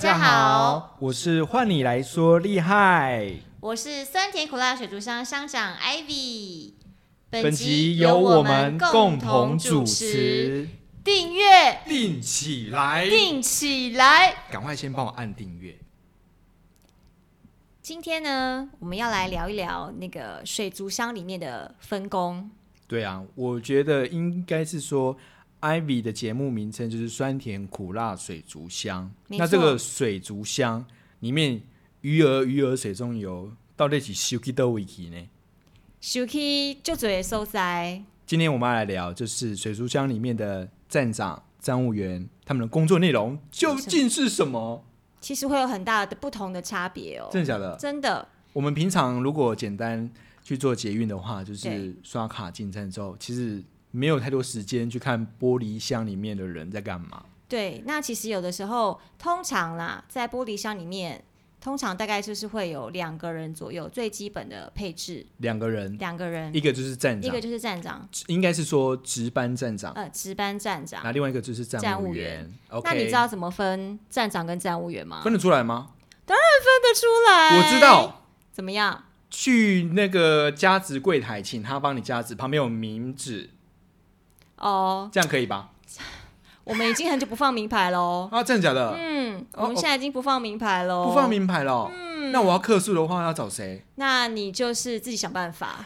家好，我是换你来说厉害。我是酸甜苦辣水族箱箱长 Ivy。本集由我们共同主，持，订阅定起来，订起来。赶快先帮我按订阅。今天呢，我们要来聊一聊那个水族箱里面的分工。对啊，我觉得应该是说，Ivy 的节目名称就是酸甜苦辣水族箱。没错那这个水族箱里面，鱼儿鱼儿水中游，到底是 Suki d o w i k i 呢？ Suki 就嘴收灾，今天我们要来聊，就是水族箱里面的站长、站务员他们的工作内容究竟是什么？其实会有很大的不同的差别哦。真的假的？真的，我们平常如果简单去做捷运的话，就是对刷卡进站之后，其实没有太多时间去看玻璃箱里面的人在干嘛。对，那其实有的时候，通常啦，在玻璃箱里面，通常大概就是会有两个人左右，最基本的配置，两个人，两个人，一个就是站嗯一长个，就是站长，应该是说值班站长，呃，值班站长。那另外一个就是站站务务员员。啊 OK，那你知道怎么分站长跟站务员吗？分得出来吗？分得出来，我知道。怎么样？去那个加值柜台，请他帮你加值，旁边有名纸，哦，这样可以吧？我们已经很久不放名牌喽。啊，真的假的？嗯，哦我们现在已经不放名牌喽。不放。名牌了哦、嗯那我要客诉的话要找谁？那你就是自己想办 法。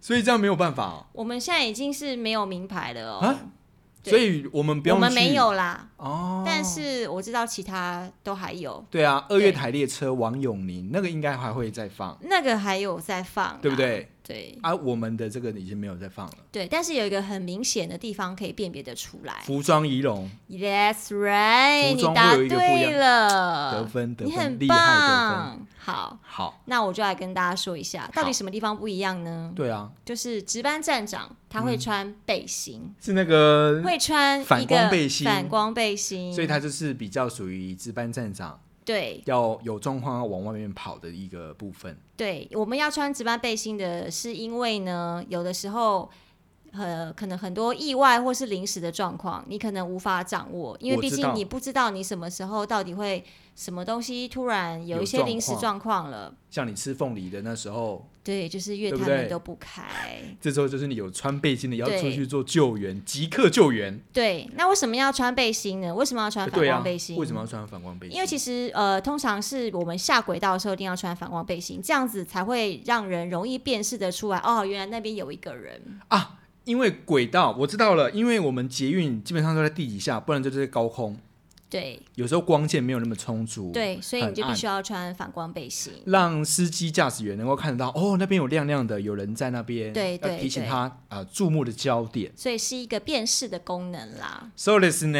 所以这样没有办法哦、我们现在已经是没有名牌了哦。啊对所以我们我不用们去没有啦。哦。但是我知道其他都还有，对啊，二月对啊台列车王永宁那个应该还会再放，那个还有在放、对不？对？对啊，我们的这个已经没有再放了。对，但是有一个很明显的地方可以辨别的出来。服装仪容 That's right，服你装答会有一个不一样对了，得分得呃你分很厉害得分棒。好，好，那我就来跟大家说一下，到好底什么地方不一样呢？对啊，就是值班站长他会穿背心，是那个，会穿一个嗯反光背心反光背心，所以他就是比较属于值班站长对要有状况要往外面跑的一个部分。对，我们要穿值班背心的是因为呢，有的时候。呃，可能很多意外或是临时的状况，你可能无法掌握，因为我毕知道竟你不知道你什么时候到底会什么东西突然有一些临时有状况了。像你吃凤梨的那时候，对，就是乐对不坛对们都不开。这时候就是你有穿背心的要对出去做救援，即刻救援。对，那为什么要穿背心呢？为什么要穿反对啊光背心？，为什么要穿反光背心？因为其实实呃，通常是我们下轨道的时候一定要穿反光背心，这样子才会让人容易辨识的出来。哦，原来那边有一个人。啊，因为轨道我知道了，因为我们捷运基本上都在地底下，不然就是在高空，对有时候光线没有那么充足。。对，所以你就很必须要穿反光背心。让司机、驾驶员能够看得到，哦，那边有亮亮的，有人在那边，对要对提醒对他啊、注目的焦点。所以是一个辨识的功能啦。 So this 呢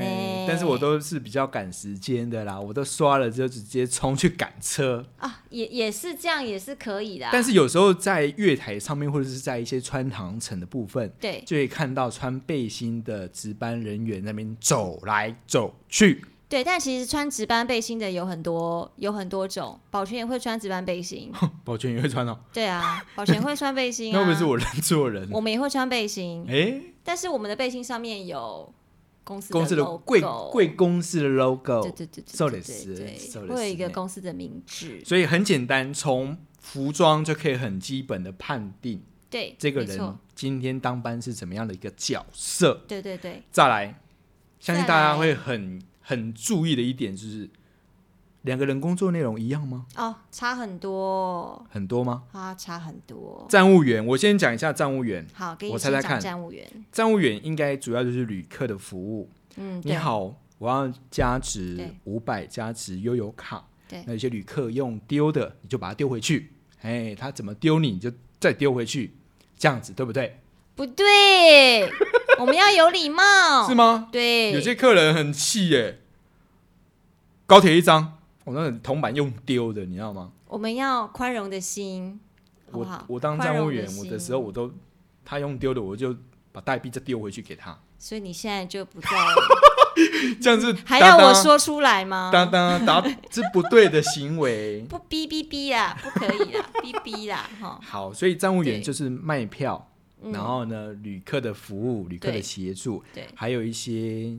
呢但是我都是比较赶时间的啦，我都刷了之后直接冲去赶车。啊，也也是这样，也是可以的啊。但是有时候在月台上面，或者是在一些穿堂层的部分，对，就会看到穿背心的值班人员那边走来走去。 对，但其实穿值班背心的有很多，有很多种。保全也会穿值班背 心，保全也会穿哦，对啊，保全会穿背心啊。 那会不会是我认错人？我们也会穿背心，哎，但是我们的背心上面有公司公司的贵 logo 贵公司的 logo，对对对受对累对死对受对，累会有死一个呢公司的名字。所以很简单，从服装就可以很基本的判定对，这个没错人今天当班是怎么样的一个角色。对对对，再来，相信再来大家会很很注意的一点就是，两个人工作内容一样吗？哦，差很多很多吗？啊，差很多。站务员，我先讲一下站务员。好，给我你猜先猜看讲站务员。站务员应该主要就是旅客的服务。嗯，你对好，我要加值对五百，加值悠游卡。对那有些旅客用丢的，你就把它丢回去。哎，他怎么丢你，你就再丢回去，这样子对不对？不对？ 我们要有礼貌是。吗？哦对，有些客人很气耶。高铁一张，我、那个铜板用丢的，你知道吗？我们要宽容的心，好不我好？我当宽站务容员，我的心时候，我都他用丢的，我就把代币再丢回去给 他，所以你现在就不在，这样子 还要哒哒我说出来吗？哒哒哒，这不对的行为。不哔哔哔啦，不可以啦， 哔哔啦，哈。好，所以站务员对就是卖票，嗯然后呢，旅客的服务、旅客的对协助，对还有一些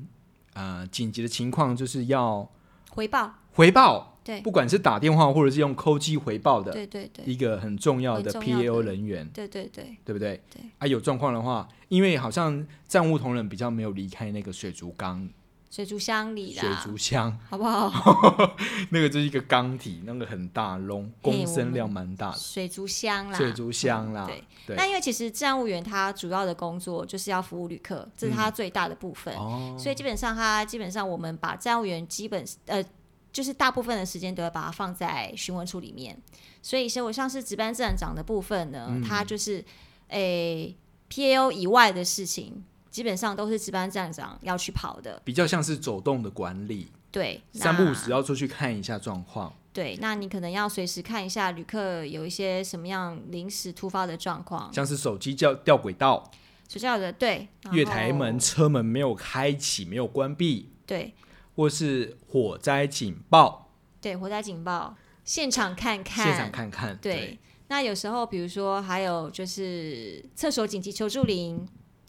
呃紧急的情况，就是要回报，回报，对不管是打电话或者是用扣机回报的对对对一个很重要的很重要的 PAO 人员，对对对，对不对？对啊，有状况的话，因为好像站务同仁比较没有离开那个水族缸、水族箱里水啦，族箱， 好不好？那个就是一个缸体，那个很大笼，嘿公我升们量蛮大的，水族箱啦，啊水族箱啦，对。对那因为其实站务员他主要的工作就是要服务旅客，这是他最大的部分。嗯哦，所以基本上他基本上我们把站务员基本呃就是大部分的时间都要把它放在询问处里面。所以，所以我像是值班站长的部分呢，嗯他就是诶、PAO 以外的事情，基本上都是值班站长要去跑的。比较像是走动的管理，对，三不那五时啊要出去看一下状况。对，那你可能要随时看一下旅客有一些什么样临时突发的状况，像是手机掉掉轨道、学校的对然月台门、后车门没有开启、没有关闭，对或是火灾警报，对火灾警报，现场看看，现场看看。对。对，那有时候，比如说还有就是厕所紧急求助铃，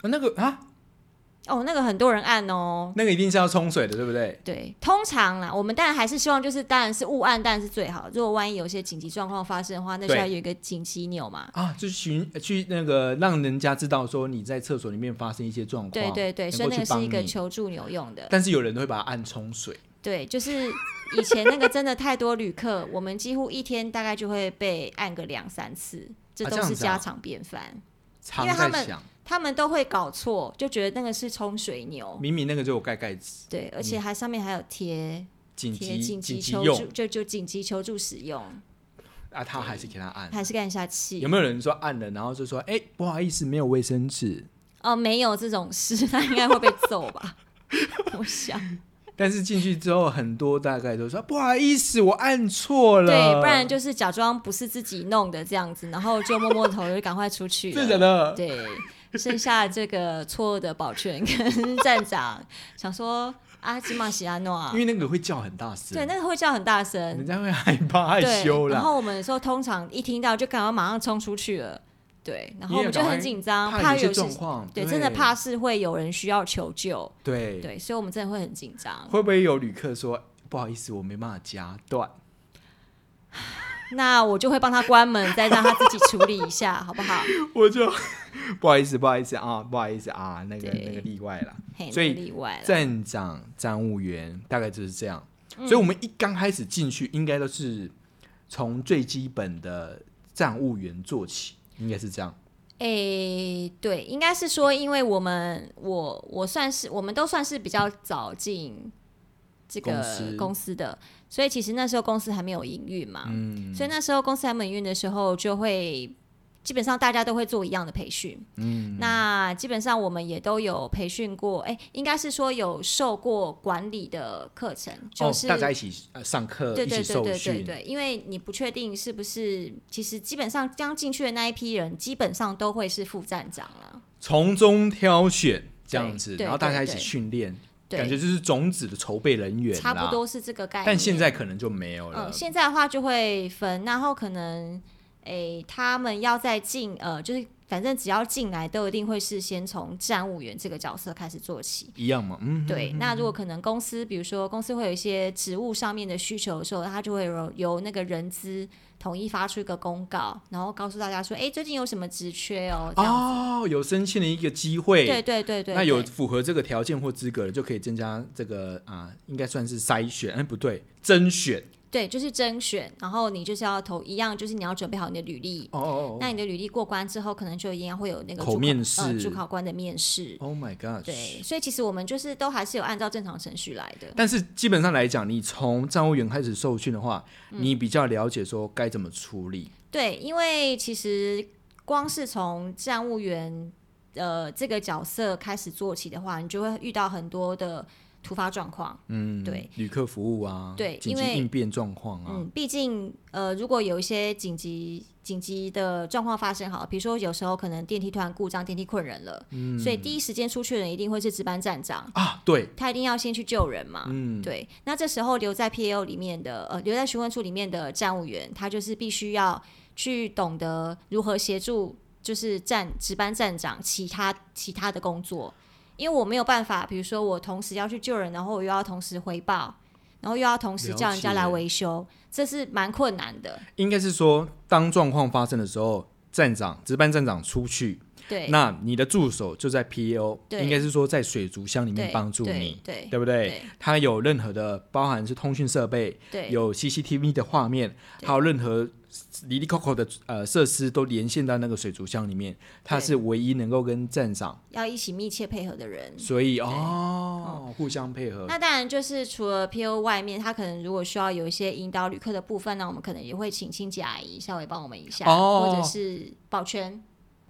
啊那个啊，哦，那个很多人按哦。那个一定是要冲水的，对不对？对，通常啦，我们当然还是希望就是当然是误按，当然是最好。如果万一有一些紧急状况发生的话，那对需要有一个紧急钮嘛。啊，就是寻去那个让人家知道说你在厕所里面发生一些状况。对对对，能所以够那个是去一帮个呃你求助钮用的。但是有人都会把它按冲水，对，就是以前那个真的太多旅客，我们几乎一天大概就会被按个两三次，这啊都这样是子啊家常便饭。常因为他在们想，他们都会搞错，就觉得那个是冲水牛，哦明明那个就有盖盖子，对，而且还上面还有贴紧贴急紧急紧急求助用，就就紧急求助使用，啊，他还是给他按。还是干下气有。没有人说按了，然后就说，哎、不好意思，没有卫生纸， 哦，没有这种事，他应该会被揍吧？我想，但是进去之后，很多大概都说不好意思，我按错了。对，不然就是假装不是自己弄的这样子，然后就摸摸头就赶快出去了真。的的，对，剩下这个错愕的保全 跟站长想说啊，吉玛西亚诺啊因，为那个会叫很大声，对，那个会叫很大人声，家会害怕害羞对。然啦。后我们有时候通常一听到就赶快马上冲出去了，对，然后因为我们就赶很快紧张，怕怕有一些有状事，况，对，真的怕是会有人需要求救，对。对，所以我们真的会很紧张。会不会有旅客说哎不好意思，我没办法夹断？那我就会帮他关门，再让他自己处理一下，好不 好？我就不好意思，不好意思啊，不好意思啊，那个对那个例外啦。嘿，所以那个例外了，嗯站长、站务员大概就是这样。所以我们一刚开始进去，应该都是从最基本的站务员做起，应该是这样。诶，对，应该是说，因为我们我我算是我们都算是比较早进这公个司公司的，所以其实那时候公司还没有营运嘛，嗯所以那时候公司还没有营运的时候，就会基本上大家都会做一样的培训。嗯，那基本上我们也都有培训过，诶，应该是说有受过管理的课程，就是、哦、大家一起呃上课，对一对起对受对对训，对，因为你不确定是不是，其实基本上刚进去的那一批人，基本上都会是副站长了。从中挑选这样子，对然后大家一对起对训练，对，感觉就是种子的筹备人员啦差不。多是这个概念。但现在可能就没有了。嗯，现在的话就会分，然后可能诶，他们要再进呃，就是反正只要进来，都一定会是先从站务员这个角色开始做起。一样嘛，嗯，对，那如果可能，公司比如说公司会有一些职务上面的需求的时候，它就会由由那个人资统一发出一个公告，然后告诉大家说，哎，最近有什么职缺哦，这样子。哦，有升迁的一个机会，对对对对，那有对符合这个条件或资格的，就可以增加这个啊、应该算是筛选，哎，不对，甄选。对，就是甄选，然后你就是要投一样，就是你要准备好你的履历，哦哦那你的履历过关之后，可能就一样会有那个口主考面呃、试主考官的面试哦。，Oh my god！对，所以其实我们就是都还是有按照正常程序来的。但是基本上来讲，你从站务员开始受训的话，嗯你比较了解说该怎么处理。对，因为其实光是从站务员呃这个角色开始做起的话，你就会遇到很多的突发状况。嗯，对，旅客服务啊，对紧急因为应变状况啊，嗯，毕竟呃，如果有一些紧急紧急的状况发生，好了，比如说有时候可能电梯突然故障，电梯困人了，嗯所以第一时间出去的人一定会是值班站长，啊，对，他一定要先去救人嘛。嗯，对，那这时候留在 PAO 里面的呃，留在询问处里面的站务员，他就是必须要去懂得如何协助，就是站值班站长其他其他的工作，因为我没有办法，比如说我同时要去救人，然后我又要同时回报，然后又要同时叫人家来维修，这是蛮困难的。应该是说，当状况发生的时候，站长值班站长出去，对，那你的助手就在 PO，对应该是说在水族箱里面对帮助对你，对对不对？他有任何的包含是通讯设备，对有 CCTV 的画面，对还有任何离离扣扣的呃设施都连线到那个水族箱里面，他对是唯一能够跟站长，要一起密切配合的人。所以哦，互相配合，那当然就是除了 PO 外面，他可能如果需要有一些引导旅客的部分呢，我们可能也会请清洁阿姨稍微帮我们一下，哦或者是保全，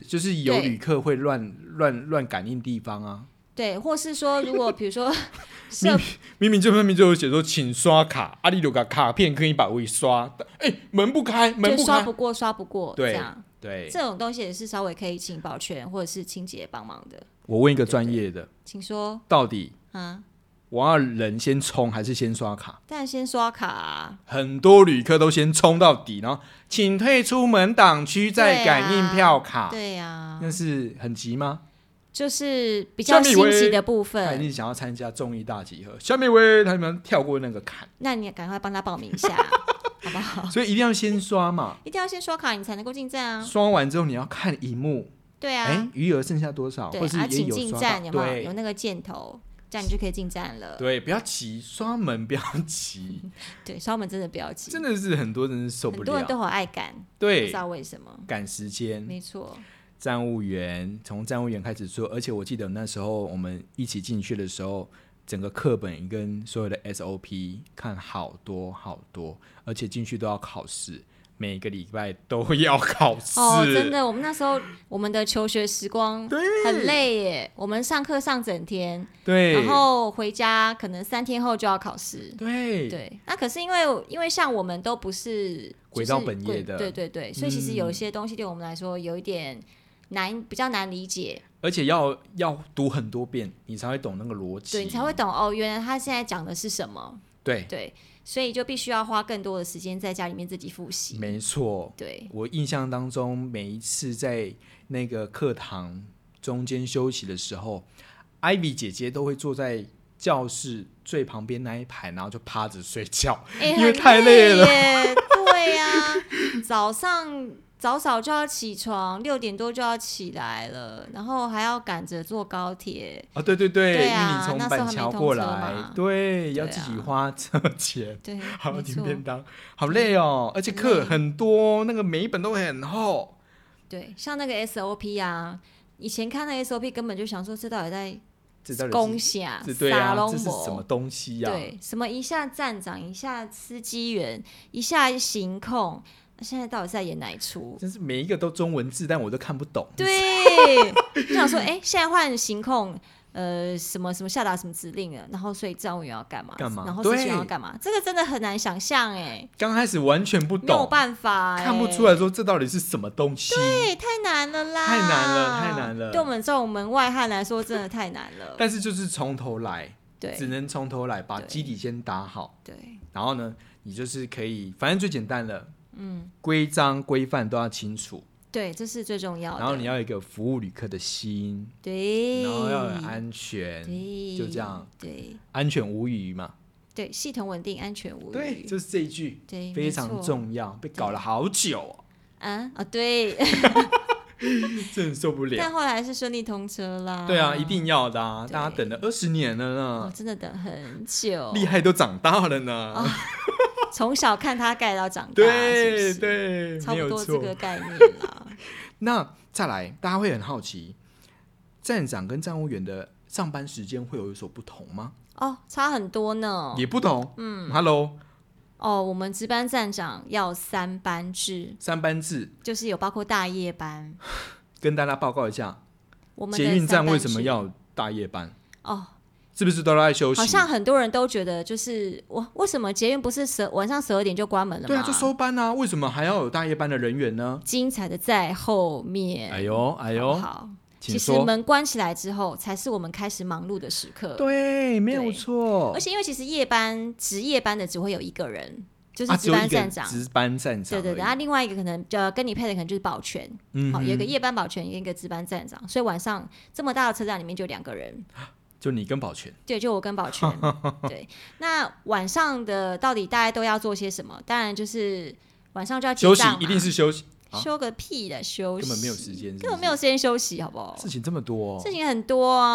就是有对旅客会乱乱乱感应地方啊，对，或是说如果比如 说设明明这上面就有写说，请刷卡，阿里有个卡片可以把位刷，哎、门不开，门就不刷开，不过刷不过这对样，对，这种东西也是稍微可以请保全或者是清洁帮忙的，我问一个专业的，请说到底啊，我要人先冲还是先刷卡？但先刷卡、啊，很多旅客都先冲到底，然后请退出门挡区，再感应票卡，对啊呀、啊那是很急吗？就是比较下新面为奇的部他一分，定想要参加综艺大集合，下面一位他们跳过那个坎，那你也赶快帮他报名一下， 好不好？所以一定要先刷嘛。一定要先刷卡，你才能够进站啊。刷完之后你要看荧幕，对啊，哎、余额剩下多少，对或是啊，也请有进刷站到，有没有对有，那个箭头，这样你就可以进站了。对，不要急，刷门不要 急，对，烧门真的不要急，真的是很多人受不很多人了。都好爱赶，不知对，嗯道为什么。赶时间，没错，站务员从站务员开始做，而且我记得那时候我们一起进去的时候，整个课本跟所有的 SOP 看好多好多，而且进去都要考试，每个礼拜都要考试。哦，真的，我们那时候我们的求学时光很累耶，我们上课上整天，对，然后回家可能三天后就要考试。对对，那可是因为因为像我们都不是回就是到本业轨的嗯对对对，所以其实有一些东西对我们来说有一点难，比较难理解。而且要要读很多遍，你才会懂那个逻辑，对你才会懂哦，原来他现在讲的是什么。对，对，所以就必须要花更多的时间在家里面自己复习。没错。对，我印象当中，每一次在那个课堂中间休息的时候，Ivy 姐姐都会坐在教室最旁边那一排，然后就趴着睡觉。哎因为很太累累了耶。对呀、早上早早就要起床，六点多就要起来了，然后还要赶着坐高铁。哦，对对对，对啊因为你从那时候还板没桥通过车来嘛，对对，要啊自己花车钱，对，还要没订错，便当，好累哦。而且课累很多，那个每一本都很厚。对，像那个 SOP 啊，以前看那 SOP 根本就想说，这到底在这到底攻是下这对啊撒，龙这是博什么东西呀、对，什么一下站长，一下司机员，一下行控，现在到底在演哪一出？真是每一个都中文字，但我都看不懂。 对，就想说，哎、现在换行控，呃，什么什么下达什么指令了，然后所以站务员要干嘛？干嘛然后司机员对要干嘛？这个真的很难想象，哎，刚开始完全不没有懂，办法、哎看不出来说这到底是什么东西。对，太难了啦，太难了太难了对我们这种门外汉来说，真的太难了。但是就是从头来，只对能从头来，把对基底先打好，对然后呢，你就是可以，反正最简单了，嗯，规章规范都要清楚，对，这是最重要的。然后你要有一个服务旅客的心，对，然后要有安全，对，就这样，对安全无虞嘛，对，系统稳定，安全无虞。对，就是这一句对，非没常错重要，被搞了好久哦，啊啊，对，真的受不了。 但后来是顺利通车啦。对啊，一定要的啊，对大家等了二十年了哦，呢，真的等很久，嗯厉害都长大了哦呢，从小看他盖到长大，对是不是对，差没不有多错这。个概 念啦。那再来，大家会很好奇，站长跟站务员的上班时间会有所不同吗？哦，差很多呢。也不同。嗯，Hello，哦，我们值班站长要三班制，三班制，就是有包括大夜班。跟大家报告一下，我们的捷运站三班为什么制？要大夜班？哦，是不是都在休息？好像很多人都觉得，就是我为什么捷运不是十晚上十二点就关门了吗？对啊，就收班啊，为什么还要有大夜班的人员呢？精彩的在后面。哎呦，哎好不呦，好，请其实说。门关起来之后，才是我们开始忙碌的时刻。对，没有对错而。且因为其实夜班值夜班的只会有一个人，就是啊值只有一班个站长。值班站长对而对已，对，啊，另外一个可能呃跟你配的可能就是保全，嗯好、哼，有一个夜班保全，一个值班站长，所以晚上这么大的车站里面就两个人，就你跟保全，对，就我跟宝 全。对，那晚上的到底大家都要做些什么？当然就是晚上就要结休息账嘛一定是休息，啊休个屁的休息，根本没有时间是不是根本没有时间休息，好不好？事情这么多哦事情很多啊，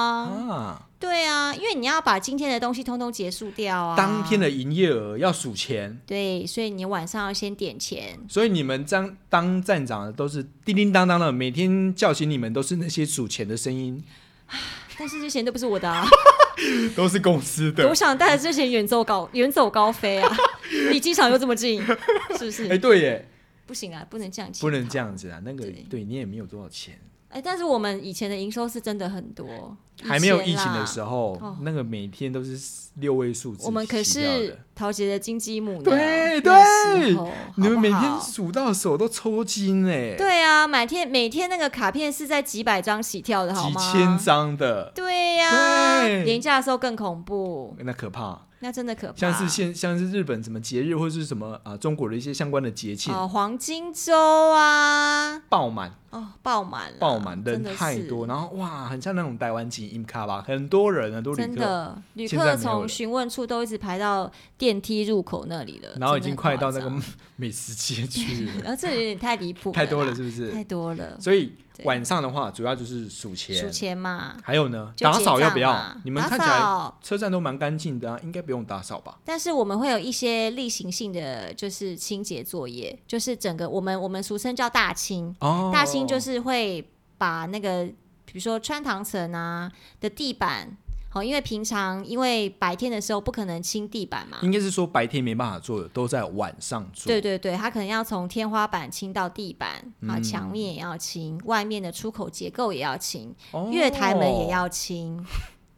啊，对啊，因为你要把今天的东西通通结束掉啊。当天的营业额要数钱，对，所以你晚上要先点钱。所以你们当当站长的都是叮叮当当的，每天叫醒你们都是那些数钱的声音，但是这些都不是我的 啊，都是公司我。想带着这些远走高远走高飞 啊，离机场又这么近，是不哎、是？对耶，不行啊，不能这样，不能这。样子啊，那个对对你也没有多少钱，哎，但是我们以前的营收是真的很多，还没有疫情的时候，啊候，哦那个每天都是六位数字我们可起跳的是陶杰的金鸡母呢，对那对时候你们每好不天好数到手都抽筋哎、对啊，每天每天那个卡片是在几百张起跳的，好几吗？千，张的，对呀、对廉价的时候更恐怖，那可怕。那真的可怕。像是现像是日本什么节日或是什么啊、中国的一些相关的节庆，哦，黄金周啊，爆满哦，爆满了，爆满真人的是太多，，然后哇，很像那种台湾景音卡吧，很多人很多旅真客，的，旅现在没客有从了询问处都一直排到电梯入口那里了，然后已真的经很快到夸那个张 美食街去 了，然后这有点太离谱，太多了啦是不是？太多了，所以对晚上的话，主要就是数数钱，钱嘛，还有呢，就打结扫要账不要嘛？你们打看起来扫车站都蛮干净的啊，应该不用打扫吧？但是我们会有一些例行性的，就是清洁作业，就是整个我们我们俗称叫大清，哦，大清就是会把那个比如说穿堂层啊的地板，好、因为平常因为白天的时候不可能清地板嘛，哦应该是说白天没办法做的，都在晚上做。对对对，它可能要从天花板清到地板，啊、嗯墙面也要清，外面的出口结构也要清，哦月台门也要清，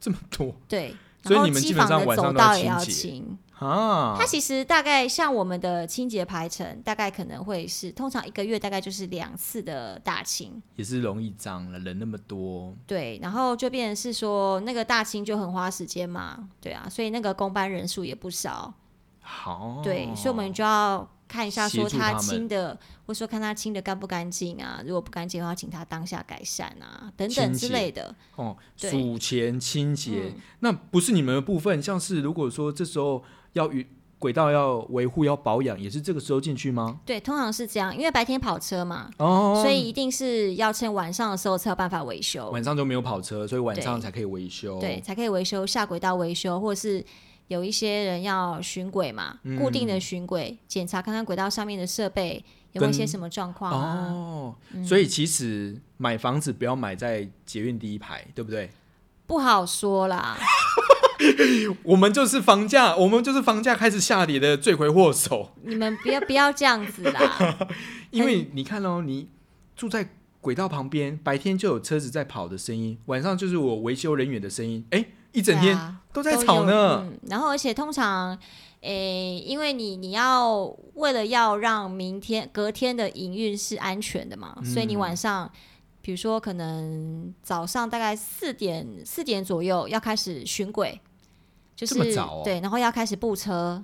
这么多对，所以然后你们机基本房上的晚走上都要道也清要洁清。啊它？其实大概像我们的清洁排程，大概可能会是通常一个月大概就是两次的大清，也是容易脏了，人那么多，对，然后就变成是说那个大清就很花时间嘛，对啊，所以那个公班人数也不少，好，对，所以我们就要看一下哦协说助他他们清的，或者说看他清的干不干净啊，如果不干净的话，请他当下改善啊，等等清洁之类的，哦，对嗯数钱清洁，那不是你们的部分，像是如果说这时候要与轨道要维护要保养，也是这个时候进去吗？对，通常是这样，因为白天跑车嘛，哦，所以一定是要趁晚上的时候才有办法维修，晚上就没有跑车，所以晚上对才可以维修。对，，才可以维修下轨道维修，或者是有一些人要巡轨嘛，固定嗯的巡轨，检查看看轨道上面的设备有没有一些跟什么状况啊。哦，所以其实买房子不要买在捷运第一排，对不对？不好说啦，嗯我们就是房价，我们就是房价开始下跌的罪魁祸首。你们不要不要这样子啦。因为你看哦，你住在轨道旁边，白天就有车子在跑的声音，晚上就是我维修人员的声音，哎， 一整对天啊都在吵有呢。嗯，然后而且通常，诶、因为你你要为了要让明天隔天的营运是安全的嗯嘛，所以你晚上。比如说，可能早上大概四点四点左右要开始巡轨，就是这么早哦对，然后要开始布车，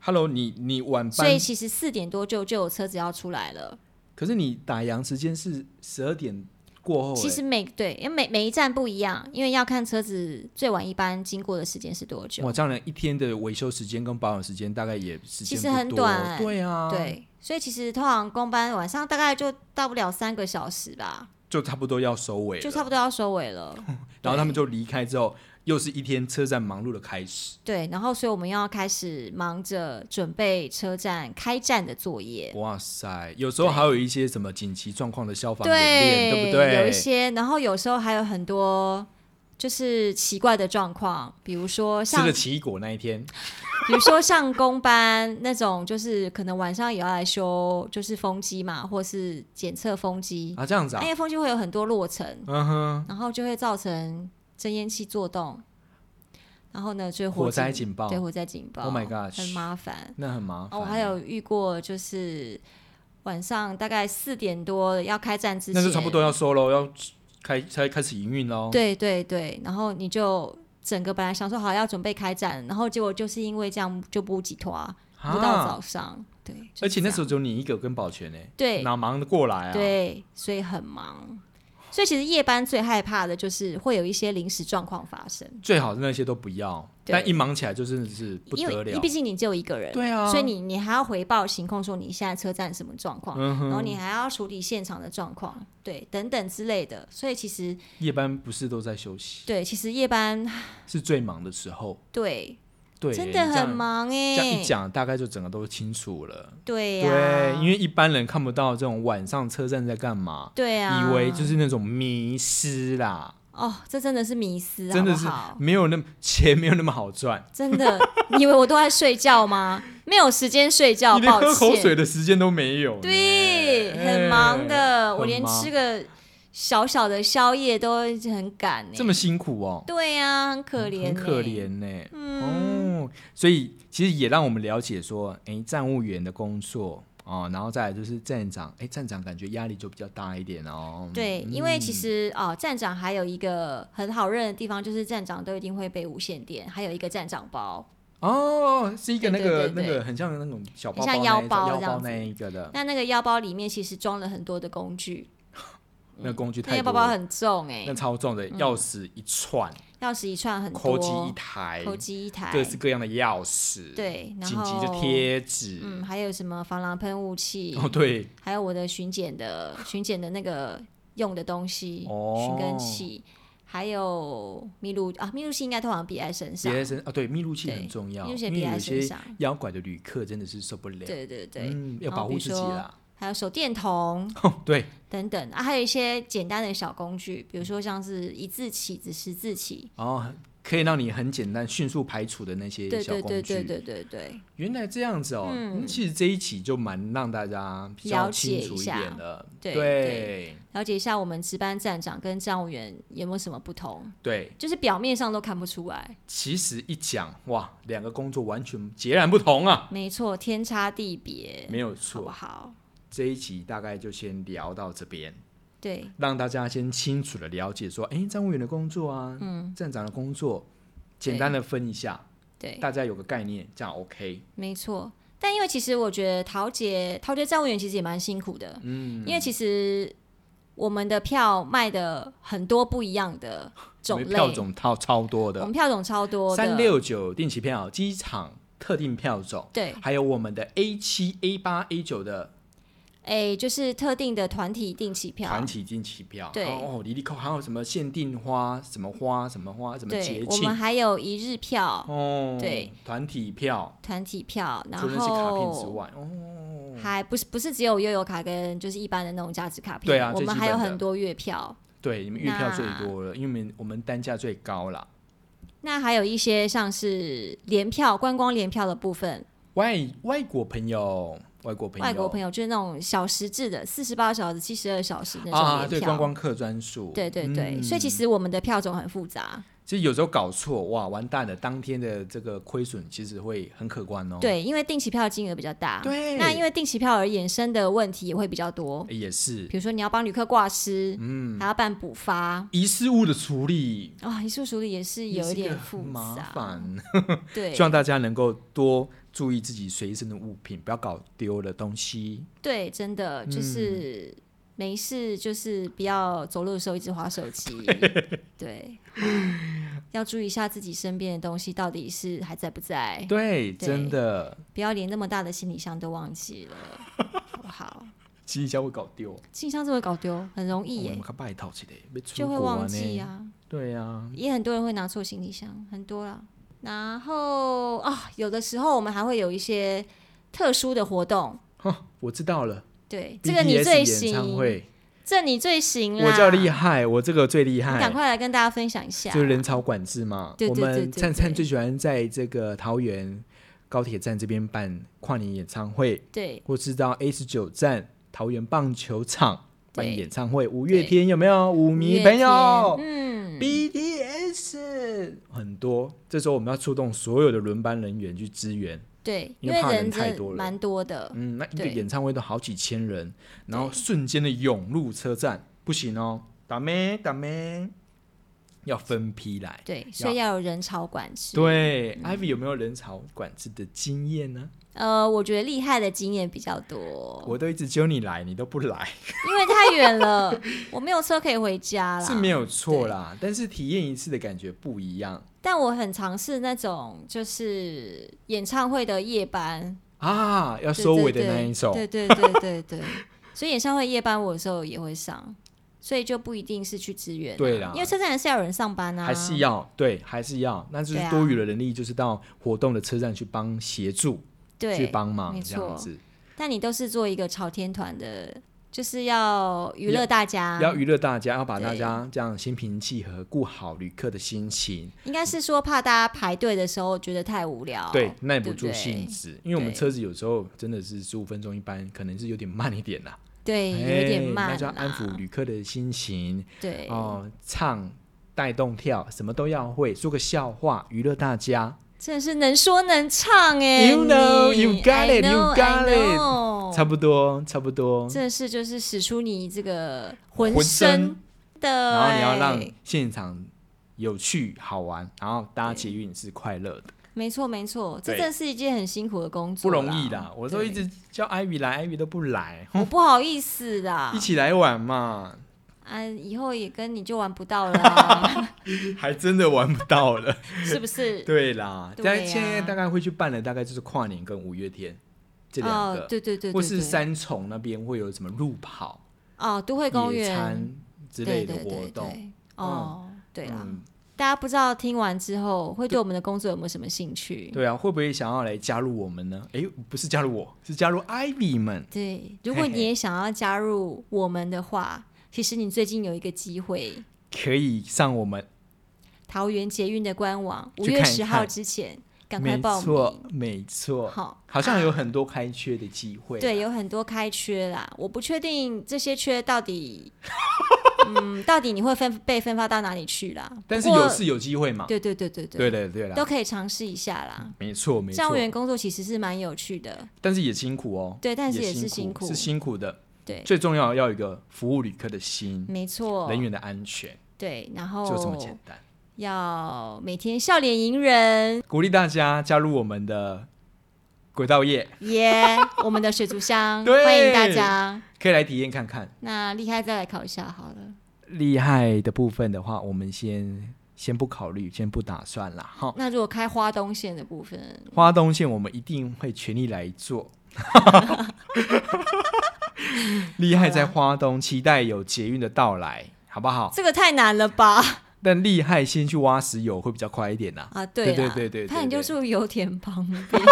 Hello，你你晚所班以，其实四点多就就有车子要出来了。可是你打烊时间是十二点过后，欸其实每对，因为每每一站不一样，因为要看车子最晚一班经过的时间是多诶久。哇，这样的一天的维修时间跟保养时间大概也时间其实不很多短对啊，，对，所以其实通常公班晚上大概就到不了三个小时吧，就差不多要收尾了，就差不多要收尾 了。然后他们对就离开之后，又是一天车站忙碌的开始。对，然后所以我们要开始忙着准备车站开站的作业。哇塞，有时候对还有一些什么紧急状况的消防演练，对，对不对？有一些，然后有时候还有很多就是奇怪的状况，比如说吃像哎了奇异果那一天，比如说像工班那种，就是可能晚上也要来修，就是风机嘛，或是检测风机，啊，这样子啊因，为风机会有很多落尘，嗯哼，然后就会造成蒸烟器作动，然后呢，就火灾警警报，对火灾警报 Oh my gosh 很麻烦。那很麻哦，烦。我欸还有遇过，就是晚上大概四点多要开战之前，那就差不多要收喽，要开才开始营运喽。对对对，然后你就整个本来想说好要准备开战，然后结果就是因为这样就不及拖，啊不到早上，对。就是啊而且那这样时候只有你一个跟保全呢、对哪忙得过来啊？，对，所以很忙。所以其实夜班最害怕的就是会有一些临时状况发生，最好那些都不要，对但一忙起来就真的是不因得为了毕。竟你只有一个人，对啊，所以你你还要回报行控说你现在车站什么状况，嗯哼然后你还要处理现场的状况，对，等等之类的。所以其实夜班不是都在休息，对，其实夜班是最忙的时候。对对，真的你这样很。忙这哎、样一讲，大概就整个都清楚了。对啊呀、对，啊因为一般人看不到这种晚上车站在干嘛，对啊，以为就是那种迷失啦，哦，这真的是迷思，真的是好不好没有那么钱没有那么好赚。真的，你以为我都在睡觉吗？没有时间睡觉，你连哦抱喝口水歉。的时间都没有呢。对，哎很忙的，很我连忙吃个小小的宵夜都很赶呢、这么辛苦哦，对呀、很可怜、很可。怜呢。嗯，哦，所以其实也让我们了解说，哎，站务员的工作哦，然后再来就是站长，哎，站长感觉压力就比较大一点哦。对，因为其实哦，站长还有一个很好认的地方，就是站长都一定会背无线电，还有一个站长包。哦，是一个那个对对对对那个很像那种小包包很像那一腰包种这腰包样子那一个的那那个腰包里面其实装了很多的工具，那个工具那太个多包包了，很重哎、那超重的，钥匙一串，钥匙一串很扣机一多，台，扣机一台，各式各样的钥匙，，对，然紧急后就贴纸，嗯，还有什么防狼喷雾器，哦对，还有我的巡检的巡检的那个用的东西，哦寻根器，还有密录啊，密录器应该通常别在身上别，在身啊，对，密录器很对重要，密录器因为别有在身些上 妖怪的旅客真的是受不了，对对对，嗯，然要后保比护如自己说啦。哦还有手电筒对，等等啊，还有一些简单的小工具，比如说像是一字起子、十字起，然后可以让你很简单、迅速排除的那些对小对工具。对对对对对，原来这样子哦，嗯嗯其实这一期就蛮让大家比较了解清楚一下点的。对对了解一下我们值班站长跟站务员有没有什么不同，对就是表面上都看不出来，其实一讲哇，两个工作完全截然不同啊，没错，天差地别，没有好不错。好？这一集大概就先聊到这边。对，让大家先清楚的了解说，哎，站务员的工作啊，嗯，站长的工作，简单的分一下，对，大家有个概念，这样 OK。没错。但因为其实我觉得桃姐桃姐站务员其实也蛮辛苦的，嗯，因为其实我们的票卖的很多不一样 的种因为类，票种超超多我的们，票种超多的，三六九定期票、机场特定票种，对，还有我们的 A 七、A 八、A 九的哎，就是特定的团体定期票，团体定期票，对哦，离离扣还有什么限定花、什么花、什么花、什么对节，我们庆，还有一日票、哦，对，团体票，团体票，然除了是卡片之后外，哦，还不是不是只有悠游卡跟就是一般的那种价值卡片，对啊我最们基还有本的很多月票，对，你们月票最那多了，因为我们我们单价最高啦。那还有一些像是联票、观光联票的部分，外外国朋友，外国朋友，外国朋友就是那种小时制的，四十八小时、七十二小时那种啊，年对，票。观光客专属，对对对嗯所以其实我们的票种很复杂。其实有时候搞错，哇，完蛋了，当天的这个亏损其实会很可观哦。对，因为定期票金额比较大，对那因为定期票而衍生的问题也会比较多，诶，也是比如说你要帮旅客挂失，嗯，还要办补发。遗失物的处理啊，一术处理也是也有是一一点个复很麻杂，烦，对希望大家能够多注意自己随身的物品，不要搞丢了东西。对，真的就是嗯没事，就是不要走路的时候一直划手机，对，要注意一下自己身边的东西到底是还在不在，对，对真的，不要连那么大的行李箱都忘记了，好不好？行李箱会搞丢，哦行李箱真的会搞丢，很容易我耶们，看拜套起来，要出就会国欸忘记呢。啊，对啊，也很多人会拿错行李箱，很多啦。然后啊、有的时候我们还会有一些特殊的活动，哼我知道了，对，这个你 BTS 最演唱行，会。这你最行啦，我叫厉害，我这个最厉你赶害，快来跟大家分享一下。就是人潮管制嘛。对对对我对们对灿灿对最喜欢在这个桃园高铁站这边办跨年演唱会，对或是到 A 十九站桃园棒球场办对演唱会。五月天有没有？舞迷五朋友月天嗯， ，BTS 很多。这时候我们要出动所有的轮班人员去支援。对，因因为为怕人人太真多了蛮多的，嗯，那一哦个对演唱会都好几千人，然后瞬间的涌入车站，不行哦，打咩打咩。要分批来。对，所以要有人潮管制。对、i 嗯 v y 有没有人潮管制的经验呢？呃，我觉得厉害的经验比较多，我都一直揪你来，你都不来，因为太远了， 我没有车可以回家啦。是没有错啦。但是体验一次的感觉不一样但我很尝试那种就是演唱会的夜班，啊！要要收尾的那一首，对对对对对 对。所以演唱会夜班我有时候也会上，所以就不一定是去支援、啊。对啦因为车站还是要有人上班啊，还是要对，还是要，那就是对啊多余的人力，就是到活动的车站去帮协助，去对。帮忙没这样错子，但你都是做一个朝天团的，就是要娱乐大家，要娱乐大家，要把大对家这样心平气和，顾好旅客的心情。应该是说怕大家排队的时候觉得太无聊，对，耐不哦对不住对性子，因为我们对车子有时候真的是十五分钟一班，可能是有点慢一点啦，对，有点慢哎那就要啦，安抚旅客的心情对，哦、唱、带动、跳，什么都要会，说个笑话娱乐大家，真的是能说能唱哎、 You know, 你 you got I it, you know, got I it know 差不多，差不多。哦真的是就是使出你这个浑浑身身的、然后你要哎让现场有趣好玩，然后搭捷运是快乐的，没错没错，这对真的是一件很辛苦的工作，不容易啦。我都一对啊直叫艾比来，艾比都不来，我不好意思啦 一，起来玩嘛，啊，以后也跟你就玩不到了 啊、还真的玩不到 了。是不是？对啦，对但呀现在大概会去办的，大概就是跨年跟五月天这两哦个，，对对对对或是对三重那边会有什么路跑、哦，都会公野餐园之类的对对活对动。对哦，对啦。嗯，大家不知道听完之后会对我们的工作有没有什么兴趣？对啊，会不会想要来加入我们呢？诶，不是加入我，是加入 Ivy 们。对，如果嘿嘿你也想要加入我们的话，其实你最近有一个机会，可以上我们，桃园捷运的官网，五去月看一十号看之前赶快没报错名。，没错，好，好像啊有啊很多开缺的机会。对，有很多开缺啦，我不确定这些缺到 底，嗯，到底你会分被分发到哪里去啦？但不是过有是有机会嘛？对对对对对的，对都的，可以尝试一下啦。没错没站错务，员工作其实是蛮有趣的，但是也辛苦哦。对，但是也是辛苦，是辛苦的。对，最重要要有一个服务旅客的心，没错，哦人员的安全对，然后就这么简单。要每天笑脸迎人，鼓励大家加入我们的轨道业，耶、 我们的水族箱，对欢迎大家。可以来体验看看。那厉害再来考一下好了。厉害的部分的话，我们先先不考虑，先不打算啦。哈，那如果开花东线的部分，花东线我们一定会全力来做。 厉害在花东，期待有捷运的到来，好不好？这个太难了吧？但厉害先去挖石油会比较快一点啦。啊，对对啦对对对对他你就住油田旁 边，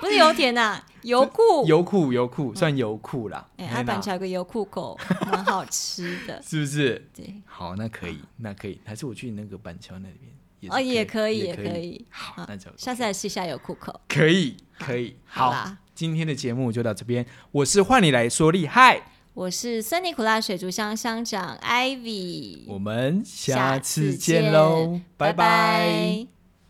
不是油田呐、啊，油库。油库油库算油库啦，哎，嘿阿啦。板桥有个油库狗，蛮好吃的 是不是？对，好，那可以，那可以，还是我去那个板桥那边也是哦，也可可以，也也可以。以。啊好，那就下次来试一下油库口。可以可以。好好，啦，今天的节目就到这边，我是换你来说厉害，我是森尼苦辣水族箱乡长 Ivy，我们下下次次见见喽，拜拜拜。拜